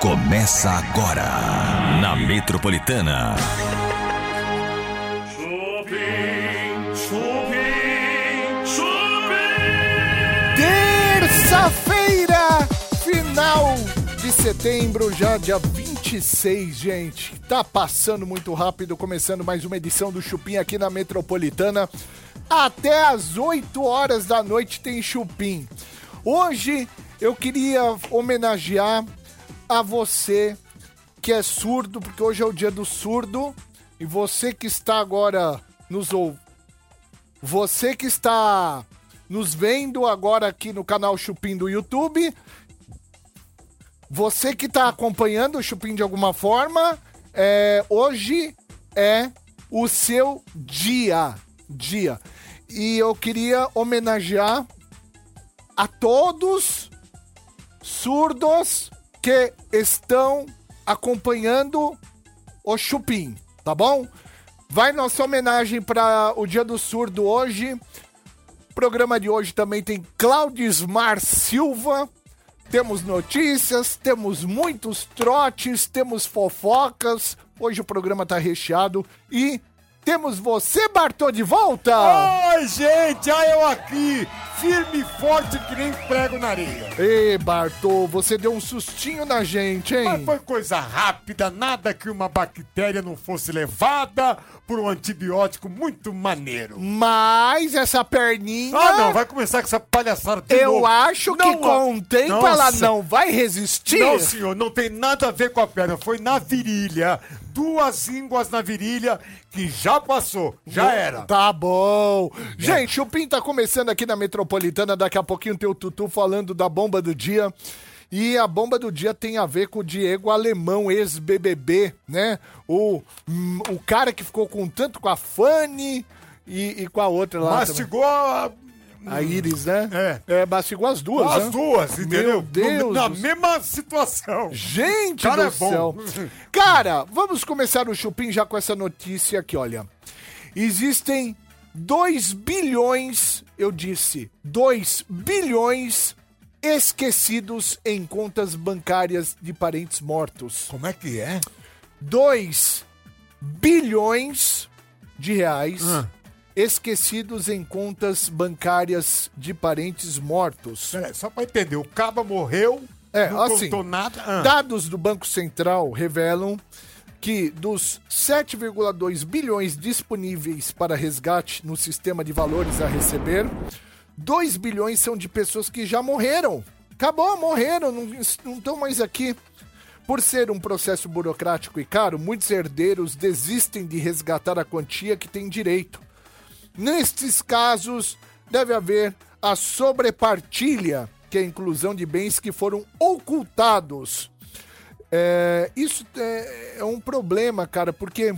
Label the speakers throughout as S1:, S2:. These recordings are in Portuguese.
S1: Começa agora na Metropolitana.
S2: Chupim, chupim, chupim.
S3: Terça-feira, final de setembro, já dia 26, gente. Tá passando muito rápido, começando mais uma edição do Chupim aqui na Metropolitana. Até às 8 horas da noite tem Chupim. Hoje eu queria homenagear a você que é surdo, porque hoje é o dia do surdo, e você que está agora nos ouvindo. Você que está nos vendo agora aqui no canal Chupim do YouTube, você que está acompanhando o Chupim de alguma forma, é, hoje é o seu dia. Dia. E eu queria homenagear a todos surdos que estão acompanhando o Chupim, tá bom? Vai nossa homenagem para o Dia do Surdo hoje. O programa de hoje também tem Claudismar Silva. Temos notícias, temos muitos trotes, temos fofocas. Hoje o programa tá recheado e temos você, Bartô, de volta!
S4: Ai, gente, ai eu aqui, firme e forte que nem prego na areia.
S3: Ei, Bartô, você deu um sustinho na gente,
S4: Mas
S3: hein?
S4: foi coisa rápida, nada que uma bactéria não fosse levada por um antibiótico muito maneiro.
S3: Mas essa perninha.
S4: Ah, não, vai começar com essa palhaçada de
S3: Eu
S4: novo.
S3: acho que
S4: Não,
S3: com o tempo ela
S4: nossa.
S3: não vai resistir.
S4: Não, senhor, não tem nada a ver com a perna, foi na virilha. Duas ínguas na virilha que já passou, já era. É.
S3: Tá bom. Gente, o Pim tá começando aqui na Metropolitana. Daqui a pouquinho tem o Tutu falando da bomba do dia. E a bomba do dia tem a ver com o Diego Alemão, ex-BBB, né? O, hum, o cara que ficou com tanto com a Fanny e, e com a outra lá. também.
S4: Mastigou a...
S3: A Iris, né?
S4: É.
S3: É, mastigou as duas, né?
S4: as duas, entendeu?
S3: Meu Deus
S4: Na
S3: do
S4: mesma situação.
S3: Gente
S4: Cara
S3: do
S4: é bom.
S3: céu. Cara, vamos começar o Chupim já com essa notícia aqui, olha. Existem 2 bilhões, eu disse, 2 bilhões esquecidos em contas bancárias de parentes mortos.
S4: Como é que é?
S3: 2 bilhões de reais
S4: Ah.
S3: esquecidos em contas bancárias de parentes mortos.
S4: Peraí, só pra entender, o Caba morreu,
S3: É,
S4: não
S3: assim,
S4: contou nada. Ah,
S3: Dados do Banco Central revelam que dos 7,2 bilhões disponíveis para resgate no sistema de valores a receber, 2 bilhões são de pessoas que já morreram. Acabou, morreram, não estão mais aqui. Por ser um processo burocrático e caro, muitos herdeiros desistem de resgatar a quantia que têm direito. Nestes casos, deve haver a sobrepartilha, que é a inclusão de bens que foram ocultados. É, isso é, é um problema, cara, porque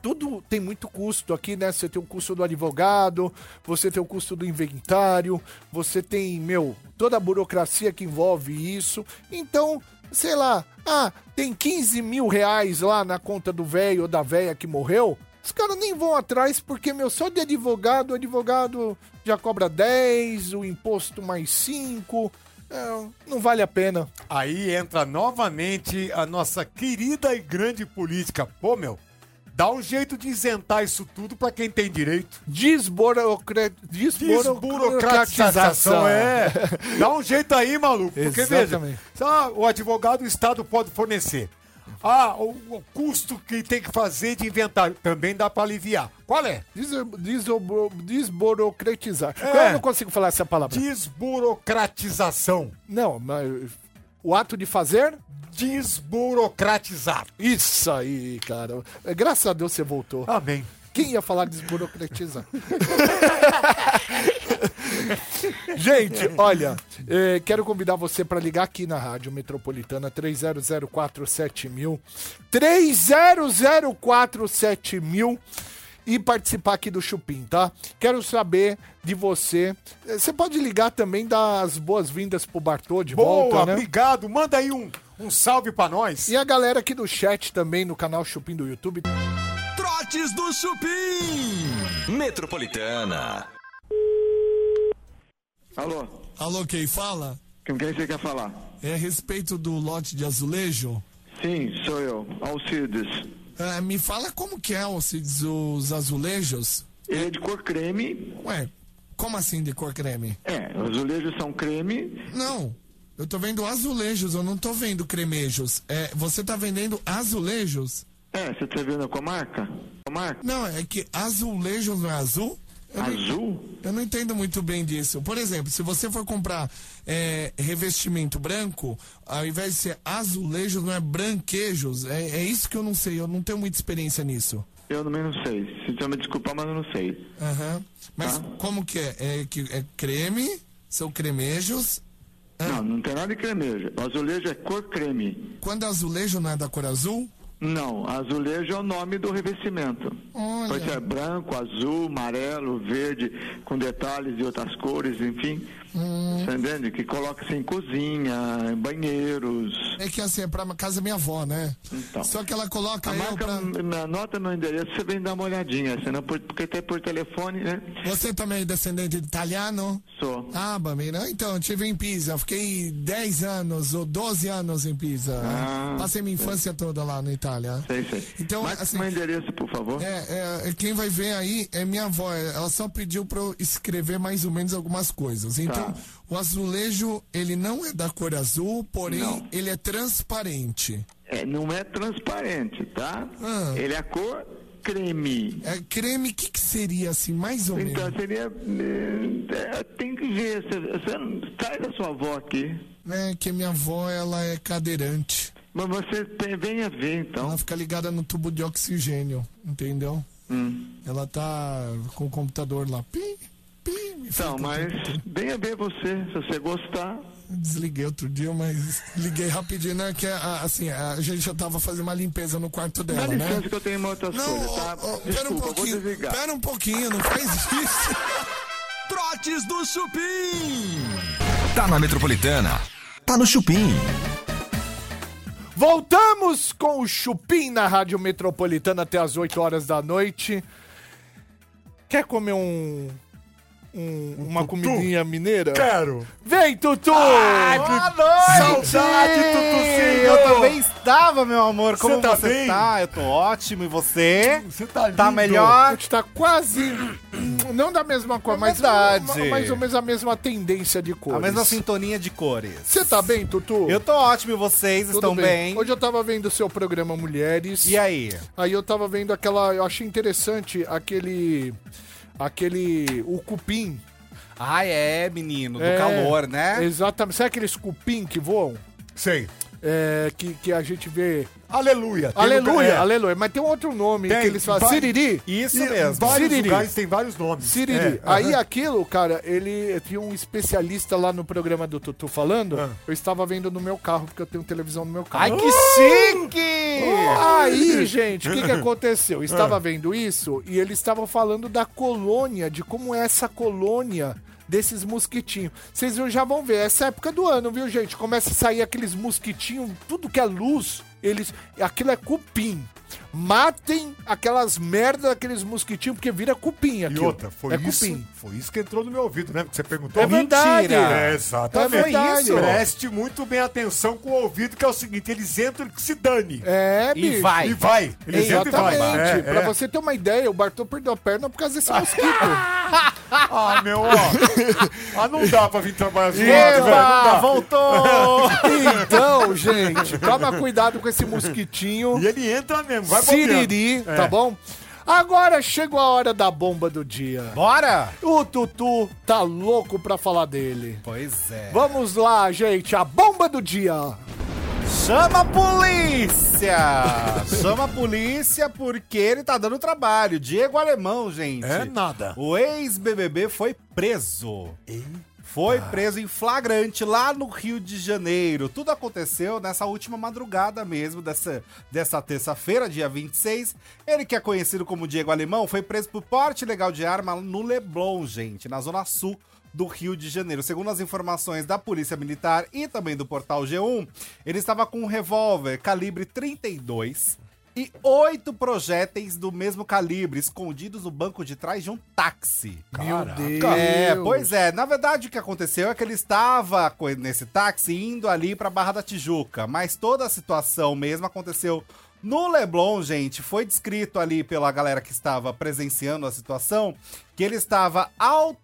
S3: tudo tem muito custo aqui, né? Você tem o custo do advogado, você tem o custo do inventário, você tem, meu, toda a burocracia que envolve isso. Então, sei lá, ah, tem 15 mil reais lá na conta do velho ou da velha que morreu. Os caras nem vão atrás porque, meu, só de advogado, o advogado já cobra 10, o imposto mais 5. É, não vale a pena.
S4: Aí entra novamente a nossa querida e grande política. Pô, meu, dá um jeito de isentar isso tudo pra quem tem direito.
S3: Desburocra...
S4: Desburocratização,
S3: Desburocratização.
S4: é. Dá um jeito aí, maluco. Porque,
S3: Exatamente.
S4: veja, só o advogado, o Estado pode fornecer. Ah, o, o custo que tem que fazer de inventário também dá pra aliviar. Qual é?
S3: Deso- desobro- desburocratizar.
S4: É.
S3: Eu não consigo falar essa palavra.
S4: Desburocratização.
S3: Não, mas o ato de fazer?
S4: Desburocratizar.
S3: Isso aí, cara. É, Graças a Deus você voltou.
S5: Tá
S4: Amém.
S3: Quem ia falar desburocratizar? Gente, olha, eh, quero convidar você para ligar aqui na Rádio Metropolitana 30047000, 30047000 e participar aqui do Chupim, tá? Quero saber de você. Eh, Você pode ligar também das boas-vindas pro Bartô de
S4: Boa,
S3: volta, né?
S4: obrigado. Manda aí um, um salve pra nós.
S3: E a galera aqui do chat também no canal Chupim do YouTube.
S1: Trotes do Chupim. Metropolitana.
S6: Alô?
S7: Alô, quem fala?
S6: Com quem você quer falar?
S3: É a respeito do lote de azulejo.
S6: Sim, sou eu, Alcides.
S3: Ah, me fala como que é, Alcides, os azulejos.
S6: Ele é de cor creme.
S3: Ué, como assim de cor creme?
S6: É, os azulejos são creme.
S3: Não, eu tô vendo azulejos, eu não tô vendo cremejos. É, você tá vendendo azulejos?
S6: É, você tá vendo a comarca? Comarca?
S3: Não, é que azulejos não é azul? Eu não-
S6: Azul?
S3: eu não entendo muito bem disso. Por exemplo, se você for comprar é, revestimento branco, ao invés de ser azulejos, não é branquejos. É, é isso que eu não sei, eu não tenho muita experiência nisso.
S6: Eu também não sei. Se você me desculpar, mas eu não sei.
S3: Aham. Mas
S6: Tá.
S3: como que é? É, que, é creme? São cremejos?
S6: Não, não tem nada de cremejo. O azulejo é cor creme.
S3: Quando é azulejo não é da cor azul?
S6: Não, azulejo é o nome do revestimento.
S3: Olha.
S6: Pode ser branco, azul, amarelo, verde, com detalhes de outras cores, enfim. Você entende? Que coloca-se em cozinha, em banheiros.
S3: É que assim, é pra casa da minha avó, né?
S6: Então.
S3: Só que ela coloca
S6: A
S3: eu um-
S6: marca,
S3: pra...
S6: m- anota meu endereço, você vem dar uma olhadinha, senão por- porque até por telefone, né?
S3: Você também é descendente de italiano?
S6: Sou.
S3: Ah, Bambina, então, eu tive em Pisa. Fiquei 10 anos ou 12 anos em Pisa.
S6: Ah,
S3: Passei minha infância toda lá na Itália.
S6: Sei, sei.
S3: Então,
S6: Marca
S3: assim,
S6: meu endereço, por favor.
S3: É, é, quem vai ver aí é minha avó. Ela só pediu pra eu escrever mais ou menos algumas coisas.
S6: Tá.
S3: Então, o azulejo, ele não é da cor azul, porém,
S6: Não.
S3: ele é transparente.
S6: É, não é transparente, tá?
S3: Ah.
S6: Ele é a cor creme.
S3: É creme, o que, que seria assim, mais ou
S6: Então
S3: menos?
S6: seria. eh, é, tem que ver. Você, você- traz a sua avó aqui.
S3: É que minha avó, ela é cadeirante.
S6: Mas você tem- venha ver então.
S3: Ela fica ligada no tubo de oxigênio, entendeu?
S8: Hum.
S3: Ela tá com o computador lá. Pim, pim. me
S6: Então,
S3: fica-
S6: mas venha ver você, se você gostar.
S3: Desliguei outro dia, mas liguei rapidinho, né? Que a- assim, a gente já tava fazendo uma limpeza no quarto
S6: Dá
S3: dela,
S6: licença
S3: né?
S6: que eu tenho uma outras
S3: Não,
S6: coisas, tá?
S3: ó, ó, pera um
S6: Desculpa, eu vou
S3: pouquinho.
S6: desligar.
S3: Pera um pouquinho, não faz isso.
S1: Trotes do Chupim. Tá na Metropolitana. Tá no Chupim.
S8: Voltamos com o Chupim na Rádio Metropolitana até as 8 horas da noite. Quer comer um. um- uma comidinha mineira?
S9: Quero.
S8: Vem, Tutu!
S3: Ah,
S5: Boa noite!
S9: Saudade, Tutuzinho!
S5: Eu também estava, meu amor. Como
S9: Você tá
S5: você
S9: bem?
S5: tá? Eu tô ótimo. E você?
S9: Você tá lindo.
S5: Tá
S8: a
S5: melhor?
S8: gente tá quase. Não da mesma cor, mas
S5: Verdade.
S8: ma- mais ou menos a mesma tendência de cores.
S5: A mesma sintonia de cores.
S8: Você tá bem, Tutu?
S5: Tá assim. Eu tô ótimo. E vocês
S8: Tudo
S5: estão bem?
S8: Hoje eu tava vendo o seu programa Mulheres.
S5: E aí?
S8: Aí eu tava vendo aquela. Eu achei interessante aquele. Aquele. O cupim.
S5: Ah, é, menino. Do
S8: É,
S5: calor, né?
S8: Exatamente. Sabe aqueles cupim que voam?
S9: Sei.
S8: É, que, que a gente vê.
S9: Aleluia. Tem
S8: aleluia,
S9: lugar- é.
S8: aleluia. Mas tem um outro nome
S9: Tem,
S8: que eles falam.
S9: vai-
S8: Siriri.
S5: Isso
S9: E
S5: mesmo.
S9: Vários
S8: Siriri.
S9: lugares tem vários nomes.
S8: Siriri.
S9: É,
S8: Aí
S9: aham.
S8: aquilo, cara, ele tinha um especialista lá no programa do Tutu falando.
S9: Ah.
S8: Eu estava vendo no meu carro, porque eu tenho televisão no meu carro.
S5: Ai,
S3: Uh!
S5: que chique!
S8: Aí, gente, o que, que aconteceu? Eu Estava
S9: Ah.
S8: vendo isso e eles estavam falando da colônia, de como é essa colônia desses mosquitinhos. Vocês viu- já vão ver, essa é época do ano, viu, gente? Começa a sair aqueles mosquitinhos, tudo que é luz, eles. Aquilo é cupim. Matem aquelas merdas daqueles mosquitinhos, porque vira cupim
S9: E
S8: aqui.
S9: outra, foi
S8: é
S9: isso,
S8: cupim.
S9: foi isso que entrou no meu ouvido, né? Porque você perguntou.
S8: É verdade.
S9: É,
S8: É
S9: exatamente.
S8: verdade.
S9: isso. Preste muito bem atenção com o ouvido, que é o seguinte, eles entram e que se dane.
S8: É,
S5: E
S8: bicho.
S5: vai.
S9: E vai. Eles entram e
S8: Exatamente.
S9: vai. É,
S8: pra
S9: é.
S8: você ter uma ideia, o Bartô perdeu a perna por causa desse mosquito.
S9: Ah, meu, ó. ah, não dá pra vir trabalhar zoado, velho. Não
S5: Eba,
S9: dá.
S5: voltou!
S8: Então, gente, toma cuidado com esse mosquitinho.
S9: E ele entra mesmo, vai
S8: Siriri,
S9: bobeando. É.
S8: tá bom? Agora chegou a hora da bomba do dia.
S5: Bora?
S8: O Tutu tá louco pra falar dele.
S5: Pois é.
S8: Vamos lá, gente, a bomba do dia.
S5: Chama a polícia! Chama a polícia porque ele tá dando trabalho. Diego Alemão, gente.
S9: É nada.
S5: O ex-BBB foi preso. Foi preso em flagrante lá no Rio de Janeiro. Tudo aconteceu nessa última madrugada mesmo, dessa, dessa terça-feira, dia 26. Ele, que é conhecido como Diego Alemão, foi preso por porte ilegal de arma no Leblon, gente, na Zona Sul do Rio de Janeiro. Segundo as informações da Polícia um Militar e também do portal G1, ele estava com um revólver calibre 32
S10: e oito projéteis do mesmo calibre escondidos no banco de trás de um táxi.
S3: Meu Deus.
S10: É, pois é. Na verdade, o que aconteceu é que ele estava co- nesse táxi indo ali pra Barra da Tijuca, mas toda a situação mesmo aconteceu no Leblon, gente. Foi descrito ali pela galera que estava presenciando a situação que ele estava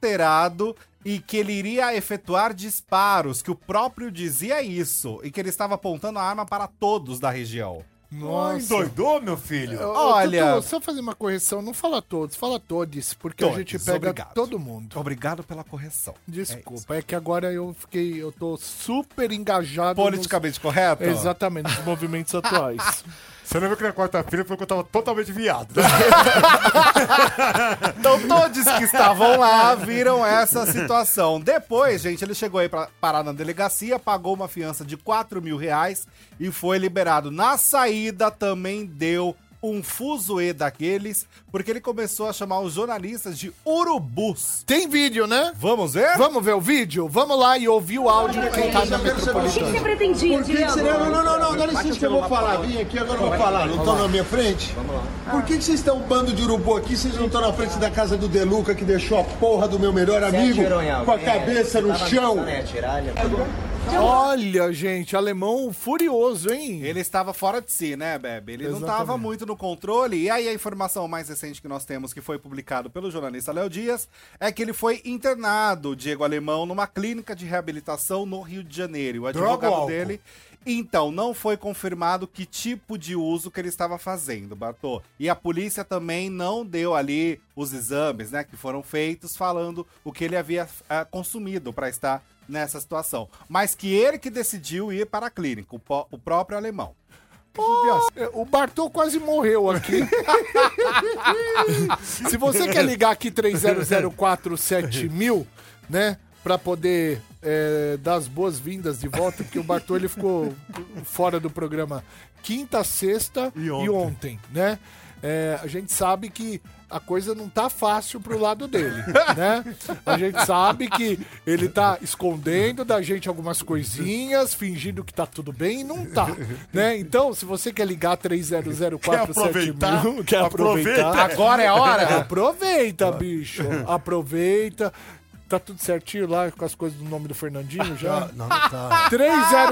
S10: alterado e que ele iria efetuar disparos, que o próprio dizia isso, e que ele estava apontando a arma para todos da região.
S3: Nossa.
S4: Doidou, meu filho?
S10: Olha-
S3: Olha, só fazer uma correção, não fala todos, fala todes, porque
S10: Todes,
S3: a gente pega
S10: obrigado.
S3: todo mundo.
S10: Obrigado pela correção.
S3: Desculpa, é, que agora eu fiquei, eu tô super engajado
S10: Politicamente correto?
S3: nos, exatamente nos movimentos atuais.
S4: Você lembra que na quarta-feira foi que eu tava totalmente viado, né?
S10: Então todos que estavam lá viram essa situação. Depois, gente, ele chegou aí pra parar na delegacia, pagou uma fiança de 4 mil reais e foi liberado. Na saída também deu um fuzuê daqueles, porque ele começou a chamar os jornalistas de urubus.
S3: Tem vídeo, né?
S10: Vamos ver?
S3: Vamos ver o vídeo? Vamos lá e ouvir o áudio de quem tá na metropolitana.
S11: você pretendia, Diego?
S12: Não, não, não, não, não insiste que eu vou falar. Vim aqui, agora eu vou falar. Não estão na minha frente? Por que que vocês estão um bando de urubu aqui? Vocês não estão na frente da casa do Deluca que deixou a porra do meu melhor amigo com a cabeça no chão?
S3: Olha, gente, alemão furioso, hein?
S10: Ele estava fora de si, né, Bebe? Ele não estava muito no controle. E aí a informação mais recente que nós temos, que foi publicado pelo jornalista Léo Dias, é que ele foi internado, Diego Alemão, numa clínica de reabilitação no Rio de Janeiro. O
S4: Droga ou
S10: advogado
S4: álcool?
S10: dele. Então, não foi confirmado que tipo de uso que ele estava fazendo, Bartô. E a polícia também não deu ali os exames, né, que foram feitos, falando o que ele havia ah, consumido para estar nessa situação. Mas que ele que decidiu ir para a clínica, o po- o próprio alemão.
S3: O Bartô quase morreu aqui. Se você quer ligar aqui 30047000, né? Pra poder é, dar as boas-vindas de volta, porque o Bartô ele ficou fora do programa quinta, sexta e ontem, né? É, a gente sabe que a coisa não tá fácil pro lado dele, né? A gente sabe que ele tá escondendo da gente algumas coisinhas, fingindo que tá tudo bem e não tá, né? Então, se você quer ligar 30047000, quer
S4: aproveitar?
S3: quer aproveitar,
S10: Agora é a hora!
S3: Aproveita, bicho. Aproveita. Tá tudo certinho lá com as coisas do nome do Fernandinho já? Não, não tá.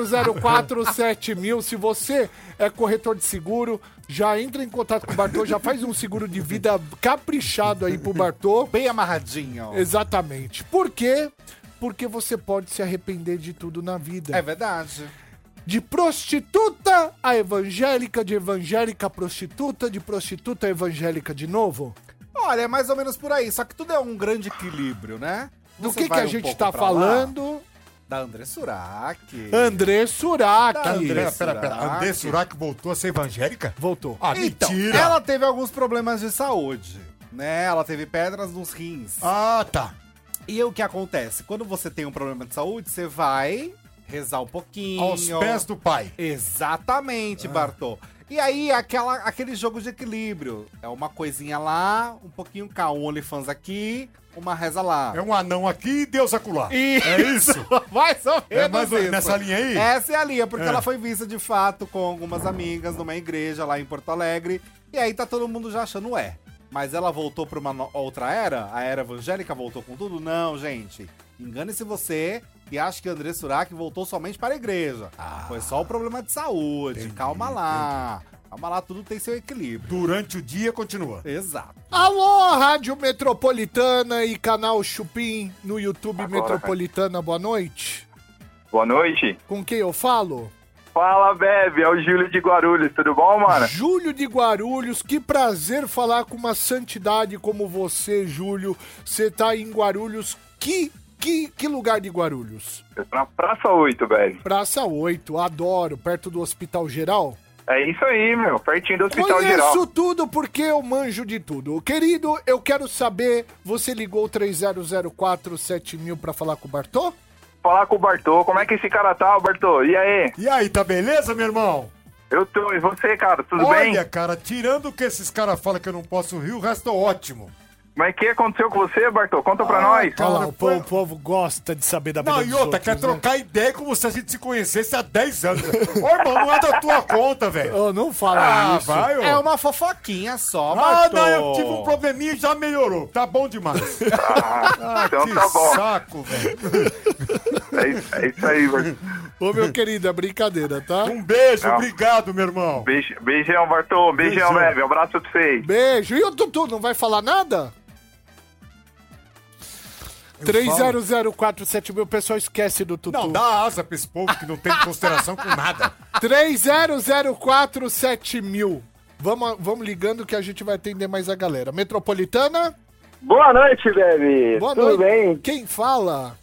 S3: 30047000. Se você é corretor de seguro, já entra em contato com o Bartô, já faz um seguro de vida caprichado aí pro Bartô.
S10: Bem amarradinho.
S3: Exatamente. Por quê? Porque você pode se arrepender de tudo na vida
S10: É verdade.
S3: de prostituta a evangélica, de evangélica a prostituta, de prostituta a evangélica de novo?
S10: Olha, é mais ou menos por aí, só que tudo é um grande equilíbrio, né?
S3: Do
S10: Você
S3: que, que
S10: vai
S3: a
S10: um
S3: gente
S10: pouco
S3: tá
S10: pra lá,
S3: falando?
S10: Da André Surak.
S3: André Surak.
S10: Da Tá, André-
S4: Pera, pera, pera.
S10: Surak.
S4: André Surak voltou a ser evangélica?
S3: Voltou.
S4: Ah,
S10: Ah, Então,
S4: mentira!
S10: ela teve alguns problemas de saúde, né? Ela teve pedras nos rins.
S4: Ah, tá.
S10: E o que acontece? Quando você tem um problema de saúde, você vai rezar um pouquinho.
S4: Aos pés do pai.
S10: Exatamente, Bartô. E aí, aquela, aquele jogo de equilíbrio. É uma coisinha lá, um pouquinho cá, um OnlyFans aqui, uma reza lá.
S4: É um anão aqui e Deus acular.
S10: Isso.
S4: É isso?
S10: mais ou menos
S4: É mais ou-
S10: isso.
S4: nessa linha aí?
S10: Essa é a linha, porque
S4: É.
S10: ela foi vista de fato com algumas amigas numa igreja lá em Porto Alegre. E aí tá todo mundo já achando, ué. Mas ela voltou pra uma no- outra era? A era evangélica voltou com tudo? Não, gente. Engane-se você que acha que André Surak voltou somente para a igreja.
S4: Ah.
S10: foi só o problema de saúde. Calma lá. Calma lá, tudo tem seu equilíbrio.
S4: Durante o dia continua.
S10: Exato.
S3: Alô, Rádio Metropolitana e canal Chupim no YouTube
S13: Agora,
S3: Metropolitana. Boa noite.
S13: Boa noite.
S3: Com quem eu falo?
S13: Fala, Bebe. É o Júlio de Guarulhos. Tudo bom, mano?
S3: Júlio de Guarulhos, que prazer falar com uma santidade como você, Júlio. Você tá em Guarulhos. Que, que, que lugar de Guarulhos?
S13: Eu tô na Praça 8, velho.
S3: Praça 8, adoro, perto do Hospital Geral.
S13: É isso aí, meu. Pertinho do Hospital
S3: Conheço
S13: Geral.
S3: tudo porque eu manjo de tudo. Querido, eu quero saber, você ligou 30047000 pra falar com o Bartô?
S13: Falar com o Bartô. Como é que esse cara tá, ô, Bartô? E aí?
S4: E aí, tá beleza, meu irmão?
S13: Eu tô. Então, E você, cara? Tudo
S4: Olha,
S13: bem?
S4: cara, tirando o que esses caras falam que eu não posso rir, o resto é ótimo.
S13: Mas o que aconteceu com você, Bartô? Conta pra nós.
S11: Olha lá, o povo, o povo gosta de saber da vida
S4: Não,
S11: dos
S4: e outra,
S3: é
S11: outros,
S4: quer
S11: né?
S4: trocar ideia como se a gente se conhecesse há 10 anos. Ô, irmão, não é da tua conta, velho.
S11: Ô, não fala
S4: Ah,
S11: isso.
S4: vai, ô.
S10: É uma fofoquinha só,
S4: Ah,
S10: Bartô.
S4: não, eu tive um probleminha e já melhorou. Tá bom demais.
S13: Ah, então
S4: que
S13: tá bom.
S4: saco, velho.
S13: É isso, é isso aí, Bartô.
S3: Ô, meu querido, é brincadeira, tá?
S4: Um beijo,
S13: Não.
S4: obrigado, meu irmão.
S13: Beijo- É. Beijão, Bartô. Beijão,
S4: Beijão.
S13: Hebe. Abraço pra vocês.
S3: Um Beijo. E o Dudu, não vai falar nada? 30047000, mil, o pessoal esquece do Tutu.
S4: Não, dá asa pra esse povo que não tem consideração com nada.
S3: 30047000. Vamos, vamos ligando que a gente vai atender mais a galera. Metropolitana,
S14: Boa noite, Bebe.
S3: boa
S14: Tudo
S3: noite.
S14: bem?
S3: Quem fala?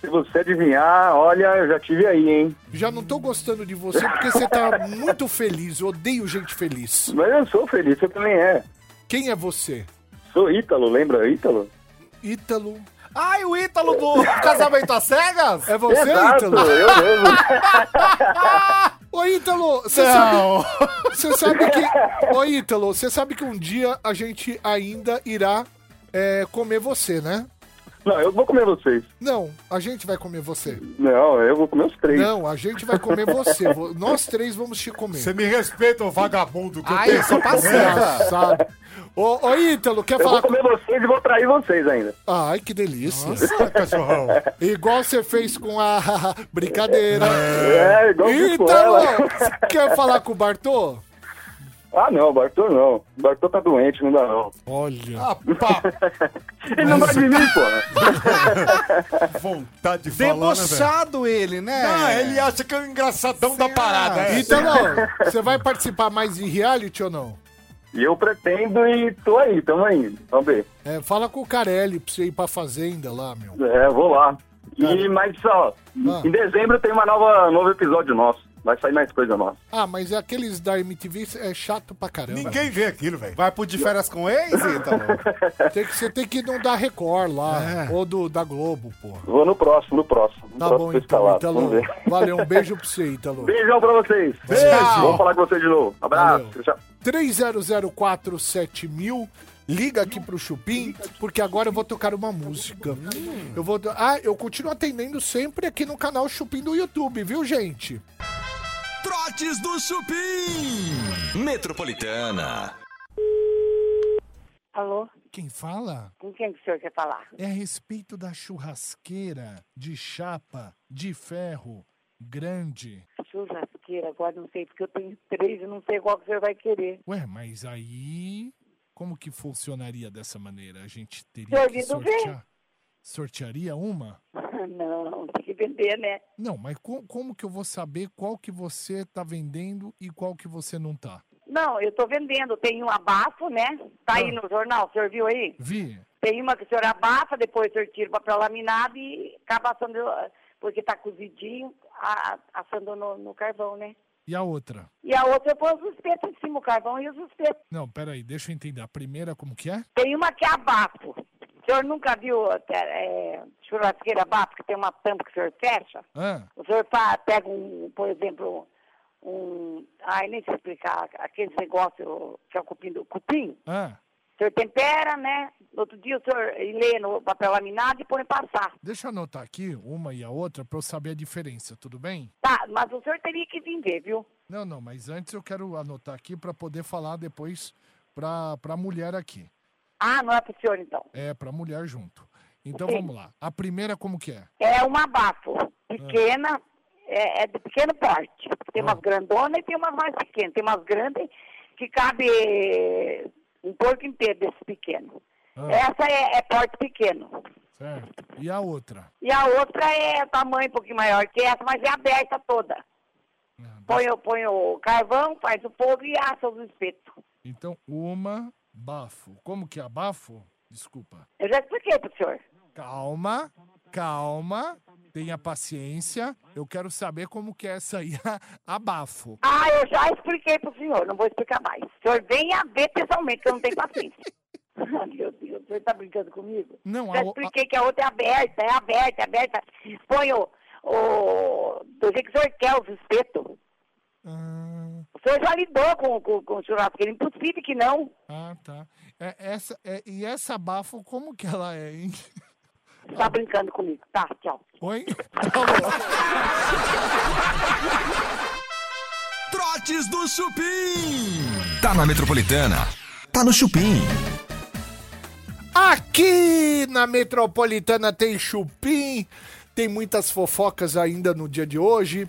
S14: Se você adivinhar, olha, eu já tive aí, hein?
S3: Já não tô gostando de você porque você tá muito feliz. Eu odeio gente feliz.
S14: Mas eu sou feliz, você também é.
S3: Quem é você?
S14: Sou Ítalo, lembra Ítalo?
S3: Ítalo.
S10: Ai, o Ítalo do Casamento às Cegas?
S3: É você,
S14: Exato,
S3: Ítalo?
S14: eu mesmo.
S3: Ô, Ítalo, você sabe, você sabe que. Ô, Ítalo, você sabe que um dia a gente ainda irá é, comer você, né?
S14: Não, eu vou comer vocês.
S3: Não, a gente vai comer você.
S14: Não, eu vou comer os três.
S3: Não, a gente vai comer você. Vo- Nós três vamos te comer.
S4: Você me respeita, ô vagabundo, que eu
S10: Ai,
S4: tenho
S10: eu sou
S4: essa
S10: parceira.
S3: Sabe? Ô, ô, Ítalo, quer
S14: Eu
S3: falar
S14: vou
S3: com.
S14: comer vocês e vou trair vocês ainda.
S3: Ai, que delícia.
S4: porra, cachorrão.
S3: Igual você fez com a. Brincadeira.
S14: É, igual que for
S3: Ítalo,
S14: ela.
S3: quer falar com o Bartô?
S14: Ah, não, Bartô não. Bartô tá doente, não dá não.
S3: Olha.
S4: Ah, pá,
S14: Ele não gosta de mim, porra.
S4: vontade de falar, né, velho?
S10: Debochado ele, né?
S4: Ah, ele acha que é o engraçadão da parada. é.
S3: Então Ítalo, você vai participar mais de reality ou não?
S14: E eu pretendo e tô aí, tamo aí. Vamos ver.
S3: É, fala com o Carelli pra você ir pra fazenda lá, meu.
S14: É, vou lá.
S3: É.
S14: E mais só,
S3: Ah.
S14: em dezembro tem uma nova, novo episódio nosso. Vai sair mais coisa nossa.
S3: Ah, mas aqueles da MTV é chato pra caramba.
S4: Ninguém vê aquilo, velho.
S10: Vai pro de férias com ex, então? Ítalo?
S3: Tem que, você tem que ir no da Record lá, ou do, da Globo, pô.
S14: Vou no próximo, no próximo. No
S3: Tá bom,
S14: próximo tô
S3: então,
S14: escalado.
S3: Ítalo.
S14: Vamos ver.
S3: Valeu, um beijo pra você, Ítalo.
S14: Beijão pra vocês.
S4: Beijo.
S14: Vamos falar com vocês de novo. Abraço.
S3: Valeu.
S14: Tchau.
S3: 30047000 mil. Liga aqui pro Chupim, porque agora eu vou tocar uma música. Eu vou. Ah, eu continuo atendendo sempre aqui no canal Chupim do YouTube, viu, gente?
S1: Trotes do Chupim. Metropolitana.
S15: Alô?
S3: Quem fala
S15: Com quem que o senhor quer falar?
S3: é a respeito da churrasqueira de chapa de ferro grande.
S15: Churrasqueira, agora não sei, porque eu tenho três e não sei qual que o senhor vai querer.
S3: Ué, mas aí como que funcionaria dessa maneira? A gente teria
S15: Seu
S3: que
S15: ouvido vem.
S3: sortear? Sortearia uma?
S15: Não, tem que vender, né?
S3: Não, mas co- como que eu vou saber qual que você tá vendendo e qual que você não tá?
S15: Não, eu tô vendendo. Tem um abafo, né? Tá
S13: Ah.
S15: aí no jornal, o senhor viu aí?
S3: Vi?
S15: Tem uma que o senhor abafa, depois o senhor tira pra- pra laminada e acaba assando, porque tá cozidinho, a- assando no, no carvão, né?
S3: E a outra?
S15: E a outra eu ponho os espetos em cima, o carvão e os espetos.
S3: Não, peraí, deixa eu entender. A primeira como que é?
S15: Tem uma que é abafo. O senhor nunca viu é, churrasqueira abafo, que tem uma tampa que o senhor fecha?
S3: Ah,
S15: O senhor fa- pega um, por exemplo, um. Ai, nem sei explicar, aqueles negócios que é o cupim do cupim.
S3: ah.
S15: O senhor tempera, né? No outro dia o senhor lê no papel laminado e põe passar.
S3: Deixa eu anotar aqui uma e a outra pra eu saber a diferença, tudo bem?
S15: Tá, mas o senhor teria que vir ver, viu?
S3: Não, não, mas antes eu quero anotar aqui pra poder falar depois pra, pra mulher aqui.
S15: Ah, não é pro senhor então.
S3: É, pra mulher junto. Então
S15: Sim.
S3: vamos lá. A primeira como que é?
S15: É uma abafo. Pequena, é, é de pequeno porte. Tem umas grandonas e tem umas mais pequenas. Tem umas grandes que cabe um porco inteiro desse pequeno. Essa é- é porte pequeno.
S3: Certo. E a outra?
S15: E a outra é tamanho um pouquinho maior que essa, mas é aberta toda.
S3: É
S15: Põe, o- põe o carvão, faz o fogo e assa os espetos.
S3: Então, uma, bafo. Como que é bafo? Desculpa.
S15: Eu já expliquei pro senhor.
S3: Calma, calma, tenha paciência. Eu quero saber como que é essa aí, a, a bafo.
S15: Ah, eu já expliquei pro senhor, não vou explicar mais. O senhor venha ver pessoalmente, que eu não tenho paciência. Ah, Meu Deus, o senhor tá brincando comigo?
S3: Não, a,
S15: Já
S3: o- a-
S15: expliquei que a outra é aberta, é aberta, é aberta. Põe o, o... do jeito que o senhor quer os espetos.
S3: Ah,
S15: O senhor já lidou com, com, com o churrasqueiro, impossível que não.
S7: Ah, tá. É, essa, é- e essa bafo, como que ela é, hein?
S15: Você tá brincando comigo. Tá, tchau.
S7: Oi?
S1: Trotes do Chupim. Tá na Metropolitana. Tá no Chupim.
S3: Aqui na Metropolitana tem chupim, tem muitas fofocas ainda no dia de hoje.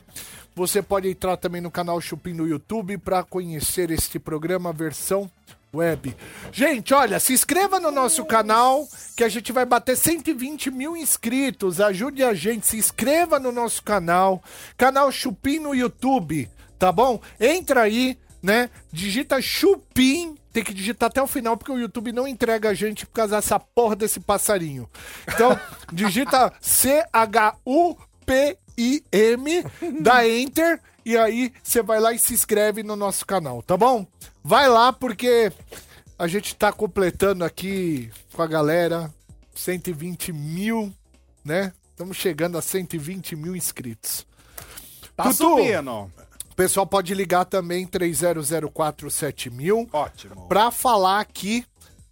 S3: Você pode entrar também no canal Chupim no YouTube para conhecer este programa versão web. Gente, olha, se inscreva no nosso canal que a gente vai bater 120 mil inscritos. Ajude a gente, se inscreva no nosso canal, canal Chupim no YouTube, tá bom? Entra aí, né? Digita Chupim. Tem que digitar até o final, porque o YouTube não entrega a gente por causa dessa porra desse passarinho. Então, digita C-H-U-P-I-M, dá Enter, e aí você vai lá e se inscreve no nosso canal, tá bom? Vai lá, porque a gente tá completando aqui com a galera 120 mil, né? Estamos chegando a 120 mil inscritos.
S10: Tá subindo.
S3: O pessoal pode ligar também 30047000.
S10: Ótimo.
S3: Pra falar aqui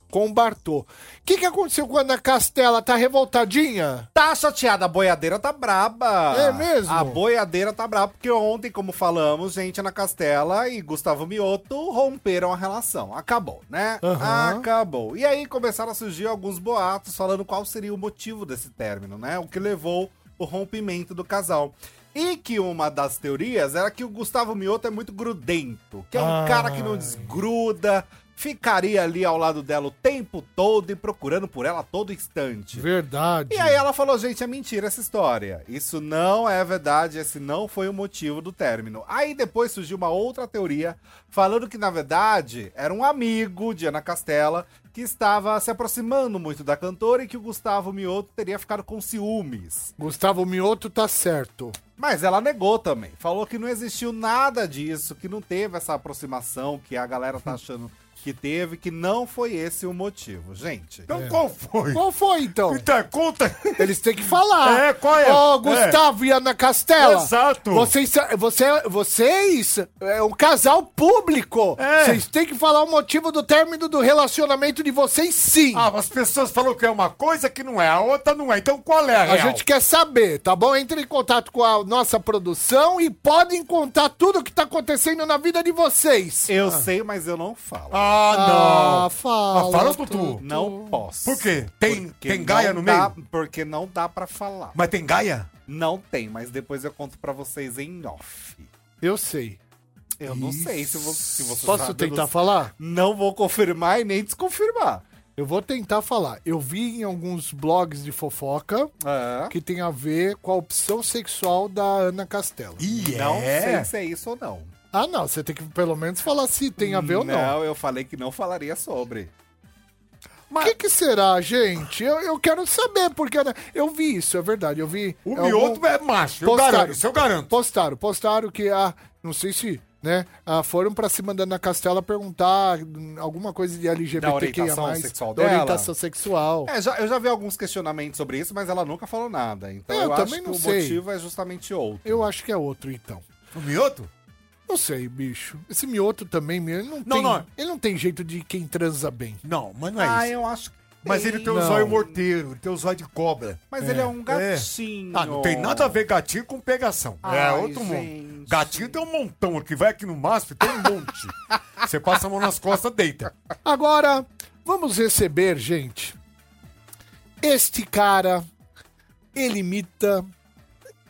S3: com o Bartô. O que, que aconteceu com a Ana Castela? Tá revoltadinha?
S10: Tá chateada, a boiadeira tá braba.
S3: É mesmo?
S10: A boiadeira tá braba, porque ontem, como falamos, gente, Ana Castela e Gustavo Mioto romperam a relação. Acabou, né?
S12: Aham.
S10: Acabou. E aí começaram a surgir alguns boatos falando qual seria o motivo desse término, né? O que levou o rompimento do casal. E que uma das teorias era que o Gustavo Mioto é muito grudento, que é um
S3: Ah.
S12: Ai.
S10: cara que não desgruda, ficaria ali ao lado dela o tempo todo e procurando por ela a todo instante.
S3: Verdade.
S10: E aí ela falou, gente, é mentira essa história. Isso não é verdade, esse não foi o motivo do término. Aí depois surgiu uma outra teoria falando que, na verdade, era um amigo de Ana Castela que estava se aproximando muito da cantora e que o Gustavo Mioto teria ficado com ciúmes.
S3: Gustavo Mioto tá certo.
S10: Mas ela negou também. Falou que não existiu nada disso, que não teve essa aproximação que a galera tá achando que teve, que não foi esse o motivo, gente.
S3: Então
S10: qual
S3: foi? Qual foi, então?
S10: Então, conta.
S3: Eles têm que falar.
S10: É, qual é?
S3: Ó,
S10: É.
S3: Gustavo e Ana Castela.
S10: Exato.
S3: Vocês, você, vocês é um casal público. Vocês têm que falar o motivo do término do relacionamento de vocês, sim.
S4: Ah, as pessoas falam que é uma coisa que não é, a outra não é. Então qual é a
S3: A
S4: real?
S3: gente quer saber, tá bom? Entre em contato com a nossa produção e podem contar tudo o que tá acontecendo na vida de vocês.
S10: Eu sei, mas eu não falo.
S3: Ah, não. Ah, fala,
S4: Ah, fala, Tutu.
S10: Não posso.
S4: Por quê? Tem,
S10: Porque
S4: tem Gaia
S10: não
S4: no
S10: dá-
S4: meio?
S10: Porque não dá pra falar.
S4: Mas tem Gaia?
S10: Não tem, mas depois eu conto pra vocês em off.
S3: Eu sei.
S10: Eu não sei se, vo se você
S3: Posso
S10: sabe, eu
S3: tentar
S10: não-
S3: falar?
S10: Não vou confirmar e nem desconfirmar.
S3: Eu vou tentar falar. Eu vi em alguns blogs de fofoca
S10: É.
S3: que tem a ver com a opção sexual da Ana Castela.
S10: Não sei se é isso ou não.
S3: Ah, não. Você tem que pelo menos falar se tem a ver ou não.
S10: eu falei que não falaria sobre.
S3: O que, que será, gente? Eu, eu quero saber, porque né, eu vi isso, é verdade. Eu vi.
S4: O
S10: um
S3: algum-
S4: Mioto é macho, eu garanto, isso eu garanto.
S3: Postaram, postaram que a. Não sei se. Né? ah, foram pra cima da Ana Castela perguntar hum, alguma coisa de LGBTQIA.
S10: Da orientação sexual
S3: da
S10: dela.
S3: orientação sexual.
S10: É, já- eu já vi alguns questionamentos sobre isso, mas ela nunca falou nada. Então
S3: Eu
S10: eu, acho
S3: também
S10: que
S3: não
S10: o
S3: sei.
S10: motivo é justamente outro.
S3: Eu acho que é outro, então.
S4: O Mioto?
S3: Não sei, bicho. Esse mioto também, meu, ele não,
S4: Não,
S3: tem,
S4: não.
S3: Ele não tem jeito de quem transa bem.
S4: Não, mas não é isso.
S10: Ah, acho que.
S4: Mas ele tem um o
S3: Não.
S4: zóio morteiro, ele tem o zóio de cobra.
S10: Mas ele é um gatinho.
S4: Ah, não tem nada a ver gatinho com pegação. é
S10: Ai,
S4: outro mundo.
S10: gente.
S4: Gatinho tem um montão aqui, vai aqui no MASP, tem um monte. Você passa a mão nas costas, deita.
S10: É.
S3: Agora, vamos receber, gente. Este cara, ele imita.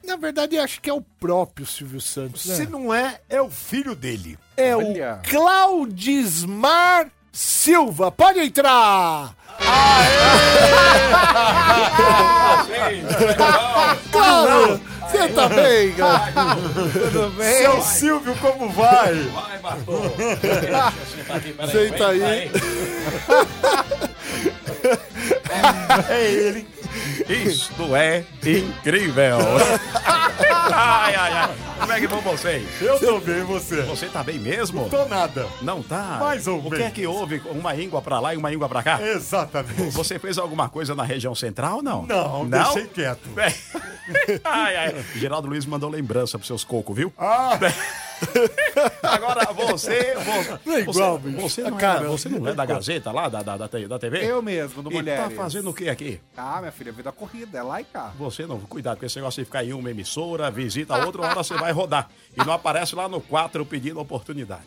S3: Na verdade, acho que é o próprio Silvio Santos. né?
S4: Se não é, é o filho dele.
S3: É
S4: Olha.
S3: o Claudismar Silva. Pode entrar! Claro! Você tá bem, cara? Tudo bem?
S4: Seu Silvio, como vai?
S5: Vai, Bartô. peraí,
S3: Senta
S5: peraí,
S3: aí.
S5: É ele. Isto é incrível. ai, ai, ai. Como é que vão vocês? Eu tô bem, você. Você tá bem mesmo?
S4: Tô nada.
S5: Não tá?
S4: Mais ou
S5: O que
S4: menos.
S5: é que houve? Uma íngua pra lá e uma íngua pra cá? Exatamente. Você fez alguma coisa na região central, não?
S4: Não,
S5: não?
S4: deixei quieto.
S5: ai, ai. Geraldo Luiz mandou lembrança pros seus cocos, viu?
S4: Ah,
S5: Agora, você. vo-
S10: Não é igual,
S5: você,
S10: bicho.
S5: Você não, é,
S10: Cara,
S5: você não é da Gazeta lá, da, da, da, te- da TV?
S10: Eu mesmo, do
S5: E
S10: Mulheres.
S5: tá fazendo o que aqui?
S10: Ah, minha filha, vida corrida, é lá e cá.
S5: Você não, cuidado, porque esse negócio de ficar em uma emissora, visita a outra, uma hora você vai rodar. E não aparece lá no 4 pedindo oportunidade.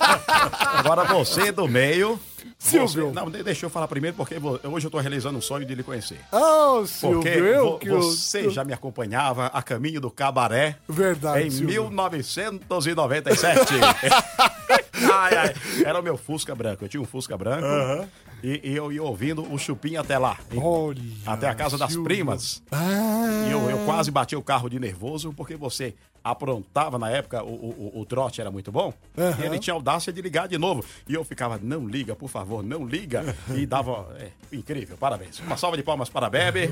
S5: Agora você do meio. Silvio. não, de- deixa eu falar primeiro, porque vo- hoje eu tô realizando um sonho de lhe conhecer.
S3: Ah,
S5: Porque
S3: Silvio, eu
S5: vo-
S3: que eu-
S5: você já me acompanhava a caminho do cabaré.
S3: Verdade,
S5: Em
S3: Silvio.
S5: 1997. ai, ai, É, era o meu Fusca branco. Eu tinha um Fusca branco.
S3: Aham.
S5: E, e eu ia ouvindo o Chupim até lá. até a casa das
S3: Silvio.
S5: primas.
S3: Ah,
S5: E eu, eu quase bati o carro de nervoso porque você aprontava na época, o, o, o- o trote era muito bom,
S3: Aham.
S5: e ele tinha audácia de ligar de novo. E eu ficava, não liga, por favor, não liga. E dava. é, incrível, parabéns. Uma salva de palmas para a Bebe.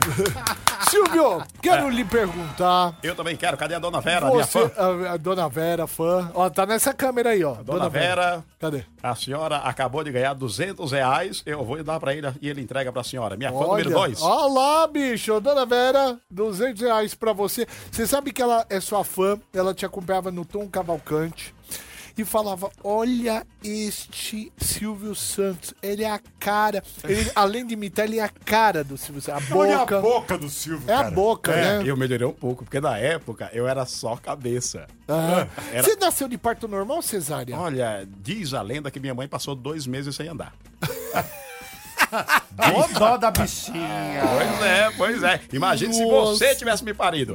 S3: Silvio, quero lhe perguntar.
S5: Eu também quero, cadê a dona Vera, minha
S3: Você,
S5: fã?
S3: a, a dona Vera, fã. Ó, tá nessa câmera aí, ó.
S5: Dona, Vera,
S3: Cadê?
S5: a senhora acabou de ganhar 200 reais. Eu vou dar para ele e ele entrega para a senhora. Minha fã
S3: Olha,
S5: número 2.
S3: ó lá, bicho. Dona Vera, 200 reais pra você. Você sabe que ela é sua fã, ela te acompanhava no Tom Cavalcante e falava: Olha este Silvio Santos, ele é a cara. Ele, além de imitar, ele é a cara do Silvio Santos. A
S4: Olha
S3: boca.
S4: a boca do Silvio,
S3: É a
S4: cara.
S3: boca, né?
S5: Eu melhorei um pouco, porque na época eu era só cabeça.
S3: Ah.
S5: Era-
S3: Você nasceu de parto normal ou cesárea?
S5: Olha, diz a lenda que minha mãe passou dois meses sem andar.
S10: Ó dó da bichinha.
S5: Pois é, pois é. Imagina se
S10: Nossa.
S5: você tivesse me parido.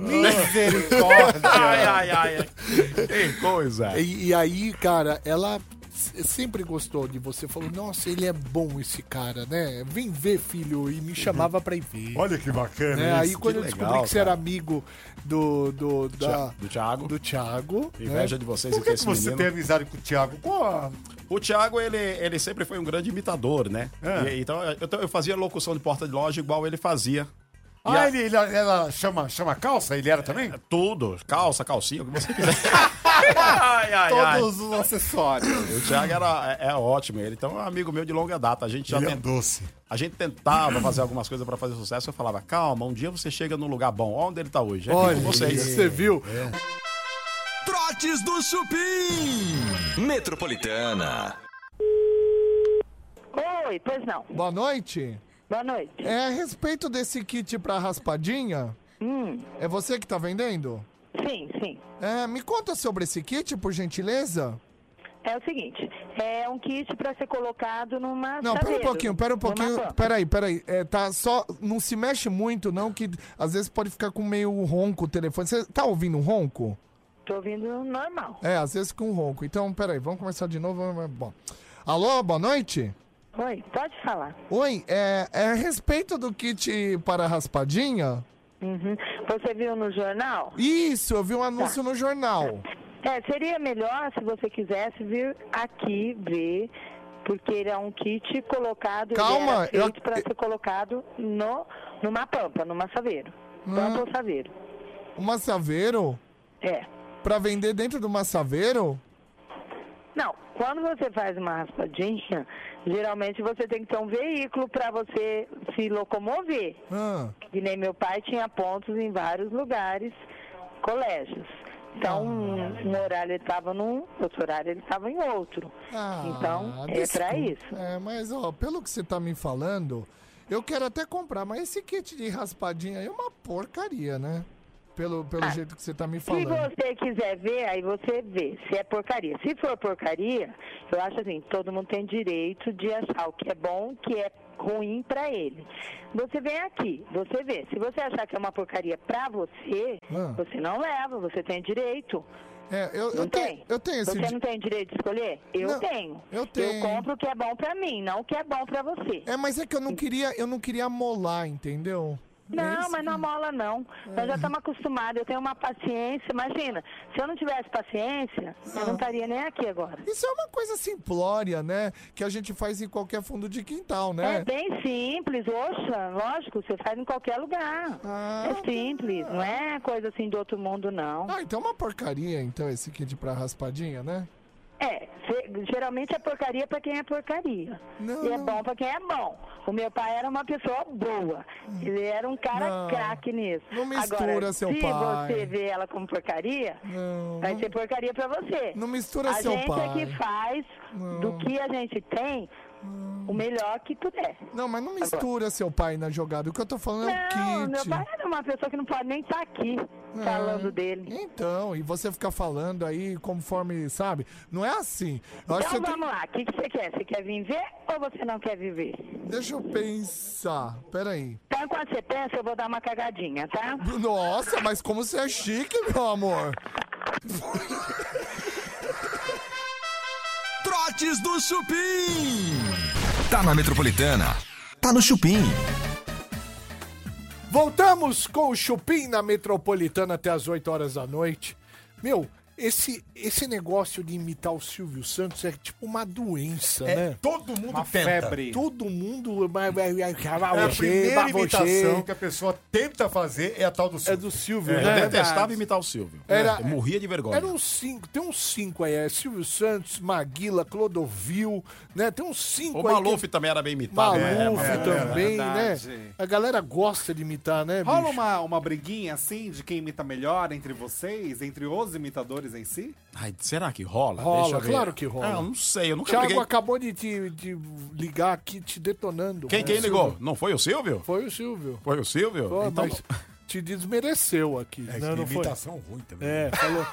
S10: Misericórdia.
S5: ai, ai, ai, ai. Que coisa.
S3: E, e aí, cara, ela s- sempre gostou de você. Falou, nossa, ele é bom esse cara, né? Vem ver, filho. E me chamava pra ir ver.
S4: Olha que bacana
S3: Né?
S4: isso.
S3: Aí quando
S4: que
S3: eu
S5: é
S4: legal,
S3: descobri que você
S4: cara.
S3: era amigo do... Do, da,
S5: Do Thiago.
S3: do Thiago. né?
S5: Inveja de vocês
S4: Por que,
S5: e
S4: que
S5: desse
S4: você
S5: menino.
S4: tem amizade com o Thiago? Pô,
S5: O Thiago, ele, ele sempre foi um grande imitador, né?
S4: É.
S5: E- então, eu, eu fazia locução de porta de loja igual ele fazia. E
S4: ah,
S5: a- É,
S4: ele, ele- ela chama, chama calça? Ele era também?
S5: Tudo, calça, calcinha, o que você quiser. ai, ai, ai.
S10: Todos os acessórios.
S5: O Thiago era, é, é ótimo, ele então é um amigo meu de longa data. A gente já
S4: Ele é
S5: tent-
S4: doce.
S5: A gente tentava fazer algumas coisas pra fazer sucesso. Eu falava, calma, um dia você chega num lugar bom. Olha onde ele tá hoje. É aqui
S1: Olha,
S5: com vocês.
S1: você
S3: viu?
S1: Trotes do Chupim. Metropolitana.
S3: Oi, pois não. Boa noite.
S15: Boa noite.
S3: É a respeito desse kit pra raspadinha? É você que tá vendendo?
S15: Sim, sim.
S3: É, me conta sobre esse kit, por gentileza.
S15: É o seguinte, é um kit pra ser colocado numa
S3: Não, pera um
S15: assadeira,
S3: pouquinho, pera um
S15: numa
S3: pouquinho.
S15: pan.
S3: Peraí, peraí. É, tá só. Não se mexe muito, não, que às vezes pode ficar com meio ronco o telefone. Você tá ouvindo um ronco?
S15: Tô ouvindo normal.
S3: É, às vezes com um ronco. Então, peraí, vamos começar de novo. Bom. Alô, boa noite?
S15: Oi, pode falar.
S3: Oi, é, é a respeito do kit para raspadinha?
S15: Uhum. Você viu no jornal?
S3: Isso, eu vi um anúncio no jornal.
S15: É, seria melhor se você quisesse vir aqui ver, porque ele é um kit colocado.
S3: Calma,
S15: ele era
S3: eu-
S15: feito para ser colocado no, numa pampa, numa saveiro.
S3: Hum.
S15: Pampa ou saveiro.
S3: O massaveiro?
S15: É.
S3: Um Pra vender dentro do massaveiro?
S15: Não, quando você faz uma raspadinha, geralmente você tem que ter um veículo para você se locomover.
S3: Ah.
S15: Que nem meu pai tinha pontos em vários lugares, colégios.
S3: Ah.
S15: Então, um, um horário ele estava num, outro horário ele estava em outro. então, é
S3: Ah, desculpa.
S15: para isso.
S3: É, mas ó, pelo que você tá me falando, eu quero até comprar, mas esse kit de raspadinha aí é uma porcaria, né? Pelo, pelo
S15: Ah,
S3: jeito que você tá me
S15: Se
S3: falando.
S15: você quiser ver, aí você vê se é porcaria. Se for porcaria, eu acho assim, todo mundo tem direito de achar o que é bom, o que é ruim pra ele. Você vem aqui, você vê. Se você achar que é uma porcaria pra você,
S3: Ah.
S15: você não leva, você tem direito.
S3: É, eu,
S15: Não
S3: eu, tenho, eu tenho esse.
S15: Você
S3: di-
S15: não tem direito de escolher? Eu
S3: Não,
S15: tenho.
S3: eu tenho.
S15: Eu compro o que é bom pra mim, não o que é bom pra você.
S3: É, mas é que eu não queria, eu não queria molar, entendeu? É
S15: Não,
S3: isso?
S15: mas não mola não. Nós já estamos acostumados, eu tenho uma paciência. Imagina, se eu não tivesse paciência, eu não estaria nem aqui agora.
S3: Isso é uma coisa simplória, né? Que a gente faz em qualquer fundo de quintal, né?
S15: É bem simples, oxa, lógico, você faz em qualquer lugar. é simples, não é coisa assim de outro mundo, não.
S3: Ah, então é uma porcaria, então, esse kit pra raspadinha, né?
S15: É, cê- geralmente é porcaria pra quem é porcaria. e é bom pra quem é bom. O meu pai era uma pessoa boa. Ele era um cara
S7: Não.
S15: craque nisso.
S7: Não mistura
S15: Agora,
S7: seu
S15: se
S7: pai.
S15: você vê ela como porcaria,
S7: Não,
S15: vai
S7: não-
S15: ser porcaria pra você.
S7: Não mistura
S15: a
S7: seu
S15: gente
S7: pai.
S15: é que faz do que a gente tem o melhor que puder.
S7: Não, mas não mistura seu pai na jogada. O que eu tô falando é o
S15: Não,
S7: kit.
S15: meu pai era uma pessoa que não pode nem estar aqui falando dele.
S7: Então, e você ficar falando aí conforme, sabe? Não é assim. Eu acho
S15: Então
S7: que eu
S15: vamos lá, o que, que você quer? Você quer viver ou você não quer viver?
S7: Deixa eu pensar. Peraí.
S15: Então, enquanto você pensa, eu vou dar uma cagadinha, tá?
S7: Nossa, mas como você é chique, meu amor.
S1: Trotes do Chupim. Tá na Metropolitana. Tá no Chupim.
S3: Voltamos com o Chupim na Metropolitana até as 8 horas da noite. Meu, esse, esse negócio de imitar o Silvio Santos é tipo uma doença,
S4: É,
S3: né?
S4: todo mundo
S3: uma
S4: tenta.
S3: Febre. Todo mundo...
S4: É a primeira imitação
S3: imitação.
S4: que a pessoa tenta fazer é a tal do Silvio. É do
S3: Silvio,
S5: eu
S3: né?
S5: detestava imitar o Silvio.
S3: Era-
S5: Eu morria de vergonha.
S3: Era um uns cinco, tem uns cinco aí, é Silvio Santos, Maguila, Clodovil, né? Tem uns cinco
S5: O
S3: aí.
S5: Maluf
S3: que...
S5: também era bem imitado.
S3: Maluf
S5: É, mas-
S3: também,
S5: é
S3: né?
S5: verdade.
S3: A galera gosta de imitar,
S4: É
S3: né, bicho?
S10: Rola uma, uma briguinha assim de quem imita melhor entre vocês, entre os imitadores em si?
S5: Ai, será que rola?
S3: Rola,
S5: Deixa eu ver.
S3: claro que rola.
S5: Ah, eu não sei, eu nunca
S3: Thiago
S5: briguei.
S3: acabou de te de ligar aqui, te detonando.
S5: Quem,
S3: É,
S5: quem
S3: Silvio.
S5: ligou? Não foi o Silvio?
S3: Foi o Silvio.
S5: Foi o Silvio?
S3: Pô,
S5: então,
S3: mas te desmereceu aqui.
S5: É,
S3: não, não foi.
S5: imitação ruim também.
S3: É, falou,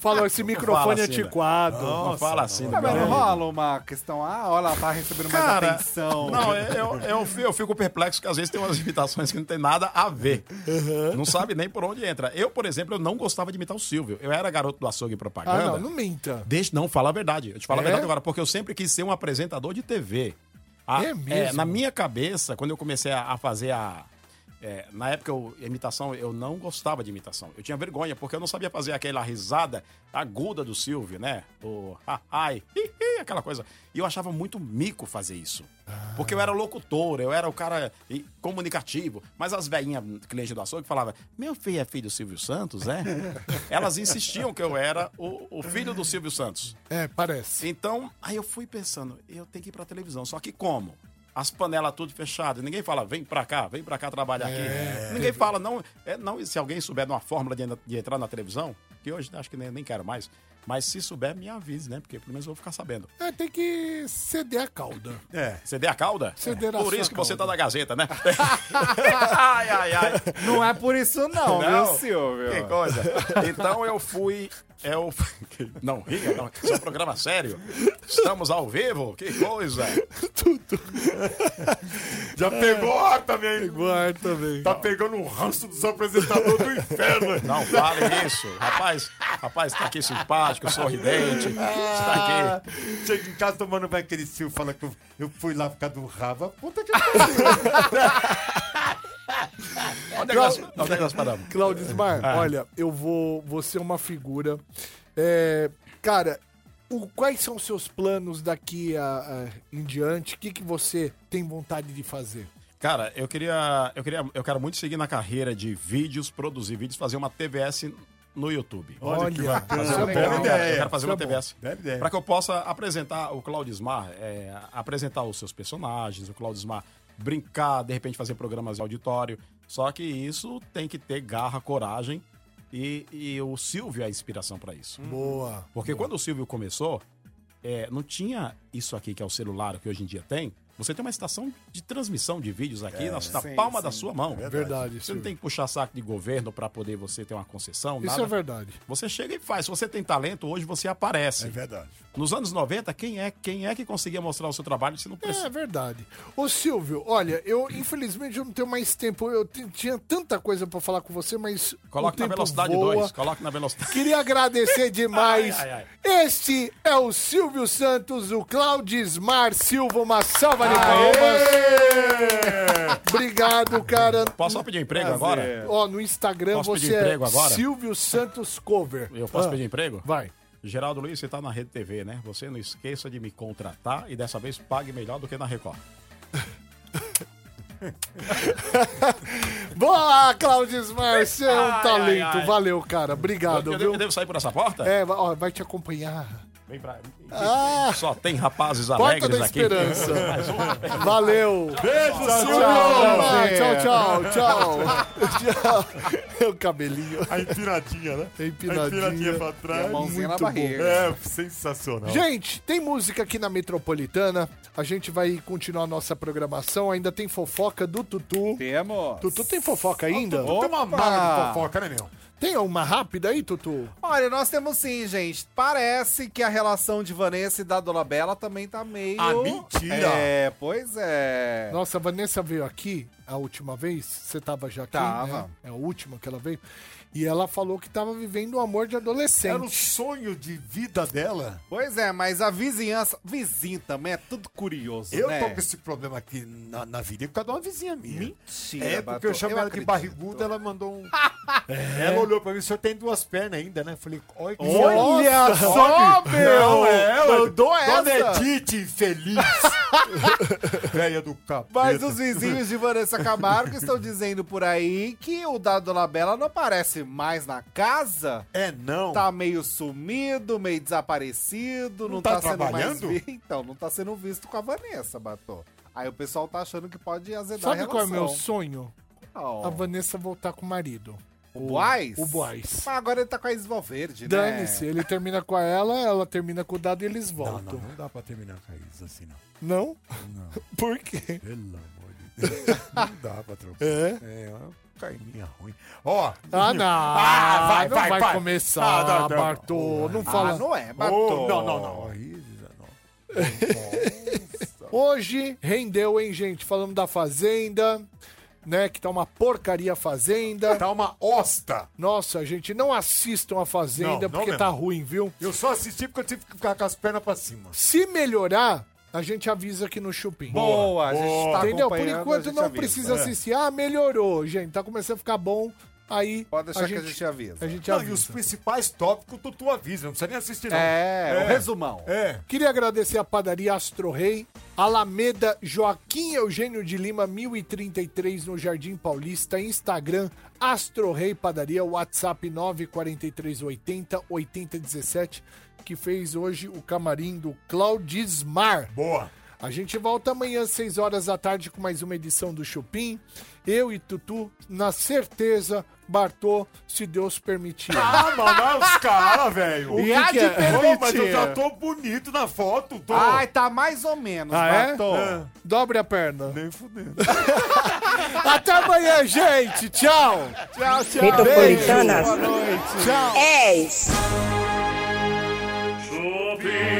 S3: falou esse microfone
S10: fala
S3: é
S10: assim,
S3: antiquado.
S5: velho. né?" Não fala assim,
S10: Tá vendo?
S5: não.
S10: Rola uma questão, ah, olha lá, tá recebendo mais
S5: Cara,
S10: atenção.
S5: Não, é- eu, eu, fi- eu fico perplexo que às vezes tem umas imitações que não tem nada a ver. Não sabe nem por onde entra. Eu, por exemplo, eu não gostava de imitar o Silvio. Eu era garoto do açougue e
S3: Ah,
S5: propaganda.
S3: não, não minta.
S5: Deixa, não, fala a verdade. Eu te falo
S3: É?
S5: a verdade agora, porque eu sempre quis ser um apresentador de TV. A-
S3: É mesmo?
S5: Ah, na minha cabeça, quando eu comecei a, a fazer a. é, na época, eu, imitação, eu não gostava de imitação. Eu tinha vergonha, porque eu não sabia fazer aquela risada aguda do Silvio, né? O ha, ai, hi, hi, aquela coisa. E eu achava muito mico fazer isso.
S3: Ah.
S5: Porque eu era locutor, eu era o cara e- comunicativo. Mas as velhinhas clientes do açougue falavam: Meu filho é filho do Silvio Santos, é? Elas insistiam que eu era o- o filho do Silvio Santos.
S3: É, parece.
S5: Então, aí eu fui pensando, eu tenho que ir pra televisão. Só que como? As panelas tudo fechadas. Ninguém fala, vem pra cá, vem pra cá trabalhar aqui. Ninguém fala, não. É, não e se alguém souber de uma fórmula de, de entrar na televisão, que hoje acho que nem, nem quero mais, mas se souber, me avise, né? Porque pelo menos eu vou ficar sabendo.
S3: É, tem que ceder a cauda.
S5: É. Ceder a cauda?
S3: Ceder a
S5: Por
S3: sua
S5: isso que você tá na Gazeta, né? ai, ai, ai.
S10: Não é por isso não, viu, Silvio?
S5: Que coisa. Então eu fui. Eu... Não, ria, não. Isso é um programa sério. Estamos ao vivo? Que coisa.
S4: Já
S10: É.
S4: pegou ar também. Pegou
S3: ar também.
S4: Tá pegando o ranço dos apresentadores do inferno.
S5: Não fale isso. Rapaz, rapaz, tá aqui simpático, sorridente. Está
S4: Ah,
S5: aqui. É
S4: Chega em casa tomando banho aquele Silvio, fala que eu- eu fui lá ficar do rabo. Puta que
S5: Onde é que nós, onde é que nós paramos?
S3: Claudio Smar,
S5: Ah.
S3: olha, eu vou, vou ser uma figura. É, cara, o- quais são os seus planos daqui a- a- em diante? O que, que você tem vontade de fazer?
S5: Cara, eu queria, eu queria. Eu quero muito seguir na carreira de vídeos, produzir vídeos, fazer uma TVS no YouTube.
S3: Olha que bacana.
S5: Fazer é uma
S3: Legal.
S5: bela ideia. Eu quero
S3: Isso
S5: fazer
S3: é
S5: uma
S3: bom.
S5: TVS.
S3: Bela ideia.
S5: Pra que eu possa apresentar o Claudio Smar, é, apresentar os seus personagens, o Claudio Smar brincar, de repente fazer programas de auditório. Só que isso tem que ter garra, coragem. E, e o Silvio é a inspiração pra isso.
S3: Boa.
S5: Porque quando o Silvio começou, é, não tinha isso aqui que é o celular que hoje em dia tem. Você tem uma estação de transmissão de vídeos aqui
S3: É,
S5: na, na
S3: sim,
S5: palma
S3: sim.
S5: da sua mão.
S3: É verdade,
S5: Você
S3: Silvio.
S5: não tem que puxar saco de governo para poder você ter uma concessão.
S3: Isso
S5: nada.
S3: é verdade.
S5: Você chega e faz. Se você tem talento, hoje você aparece. É verdade. Nos anos 90, quem é, quem é que conseguia mostrar o seu trabalho se não
S3: É
S5: precisa?
S3: verdade. Ô Silvio, olha, eu infelizmente eu não tenho mais tempo. Eu t- tinha tanta coisa pra falar com você, mas.
S5: Coloque
S3: o
S5: na
S3: tempo
S5: velocidade
S3: voa.
S5: 2. Coloque na velocidade.
S3: Queria agradecer demais.
S5: Ai, ai,
S3: Este é o Silvio Santos, o Claudio Smar Silva, uma salva de
S5: Aê!
S3: palmas. Obrigado, cara.
S5: Posso só pedir um emprego agora?
S3: Ó, no Instagram
S5: É. Posso
S3: você
S5: pedir emprego
S3: é
S5: agora?
S3: Silvio Santos Cover.
S5: Eu posso
S3: Ah,
S5: pedir um emprego?
S3: Vai.
S5: Geraldo Luiz, você tá na Rede TV, né? Você não esqueça de me contratar e dessa vez pague melhor do que na Record.
S3: Boa, Claudio Smar, você é um
S5: Ai, ai,
S3: talento.
S5: ai.
S3: Valeu, cara. Obrigado,
S5: eu,
S3: viu?
S5: eu devo- eu devo sair por essa porta?
S3: É, ó, vai te acompanhar.
S5: Vem pra.
S3: Ah!
S5: Só tem rapazes
S3: Porta
S5: alegres
S3: da
S5: aqui.
S3: Esperança.
S5: Mais um.
S3: Valeu.
S5: Beijo,
S3: tchau,
S5: Silvio.
S3: tchau, tchau, tchau, tchau. É o cabelinho.
S4: A empiradinha, né?
S3: A empiradinha.
S4: A empiradinha pra trás.
S3: E a mãozinha na
S4: Muito bom.
S3: barriga.
S4: É, sensacional.
S3: Gente, tem música aqui na Metropolitana. A gente vai continuar a nossa programação. Ainda tem fofoca do Tutu.
S10: Temos.
S3: Tutu tem fofoca ainda?
S10: Tutu tem uma mala de fofoca,
S3: né, meu? Tem uma rápida aí, Tutu?
S10: Olha, nós temos sim, gente. Parece que a relação de Vanessa e da Dona Bela também tá meio.
S3: Ah, mentira!
S10: É, pois é.
S3: Nossa, a Vanessa veio aqui a última vez. Você tava já aqui?
S10: Tava.
S3: né? É a última que ela veio. E ela falou que tava vivendo um amor de adolescente.
S10: Era o
S3: sonho de vida dela?
S10: Pois é, mas a vizinhança. Vizinho também é tudo curioso.
S4: Eu
S10: né?
S4: tô com esse problema aqui na, na vida por causa de uma vizinha minha.
S10: Mentira,
S4: É, porque
S10: Bato.
S4: eu chamo
S10: Eu
S4: ela
S10: acredito.
S4: de barriguda, ela mandou um. É, Ela olhou pra mim, o senhor tem duas pernas ainda, né? Eu Falei, olha que
S10: Olha
S4: Nossa,
S10: só,
S4: olha.
S10: meu!
S4: Não, é,
S10: Eu
S4: ué.
S10: dou
S4: Dona
S10: essa.
S4: Edith, infeliz! Velha do capeta.
S10: Mas os vizinhos de Vanessa Camargo estão dizendo por aí que o da Dona Bela não aparece mais na casa.
S4: É, não.
S10: Tá meio sumido, meio desaparecido, não,
S4: Não
S10: tá,
S4: tá
S10: sendo mais
S4: trabalhando?
S10: visto. Então, não tá sendo visto com a Vanessa, Batô. Aí o pessoal tá achando que pode azedar a
S3: Sabe
S10: relação.
S3: qual é o meu sonho?
S10: Qual?
S3: A Vanessa voltar com o marido.
S4: Né?
S10: O Boaz?
S3: O Boaz.
S10: Mas agora ele tá com a Isval Verde, né?
S3: Dane-se, ele termina com ela, ela termina com o dado e eles
S4: Não,
S3: voltam.
S4: não, não dá pra terminar com isso assim, não.
S3: Não?
S4: Não.
S3: Por quê?
S4: Pelo amor de Deus. Não dá pra trocar.
S3: É?
S4: É, é uma carninha ruim. Ó.
S3: Ah, não.
S4: Ah, vai,
S3: não
S4: vai,
S3: vai,
S4: vai.
S3: começar,
S4: Ah, não, não, não.
S3: Bartô. Não fala.
S10: Ah, não é, Batô.
S4: Oh, não, não, não. Aí,
S3: Hoje rendeu, hein, gente? Falamos da Fazenda, né? Que tá uma porcaria a Fazenda.
S4: Tá uma osta.
S3: Nossa, gente, não assistam a Fazenda
S4: Não, não
S3: porque
S4: mesmo.
S3: tá ruim, viu?
S4: Eu só assisti porque eu tive que ficar com as pernas pra cima.
S3: Se melhorar, a gente avisa aqui no Chupim.
S10: Boa, a gente tá
S3: Entendeu? Por
S10: acompanhando, a
S3: enquanto
S10: gente
S3: não
S10: avisa.
S3: precisa
S10: É.
S3: assistir. Ah, melhorou, gente. Tá começando a ficar bom. Aí.
S10: Pode deixar que a gente avisa.
S3: A gente
S4: Não,
S3: avisa.
S4: e os principais tópicos tu, tu avisa, não precisa nem assistir, não.
S10: É, o resumão.
S4: É.
S3: Queria agradecer a padaria Astro Rei, Alameda Joaquim Eugênio de Lima, 1033, no Jardim Paulista, Instagram, Astro Rei Padaria, WhatsApp 94380 8017, que fez hoje o camarim do Claudismar.
S4: Boa.
S3: A gente volta amanhã, às 6 horas da tarde, com mais uma edição do Chupim. Eu e Tutu, na certeza, Bartô, se Deus permitir.
S4: Ah, mano, olha os caras, velho.
S3: E há de
S4: é? Ô, Mas eu
S3: permitir.
S4: já tô bonito na foto, tô.
S10: Ai, tá mais ou menos,
S3: Ah, é?
S10: Batô.
S3: É. Dobre a perna.
S4: Nem fudendo.
S3: Até amanhã, gente. Tchau.
S10: Tchau, tchau.
S3: Metropolitana.
S10: Beijo, Boa noite.
S3: Tchau.
S2: Chupim.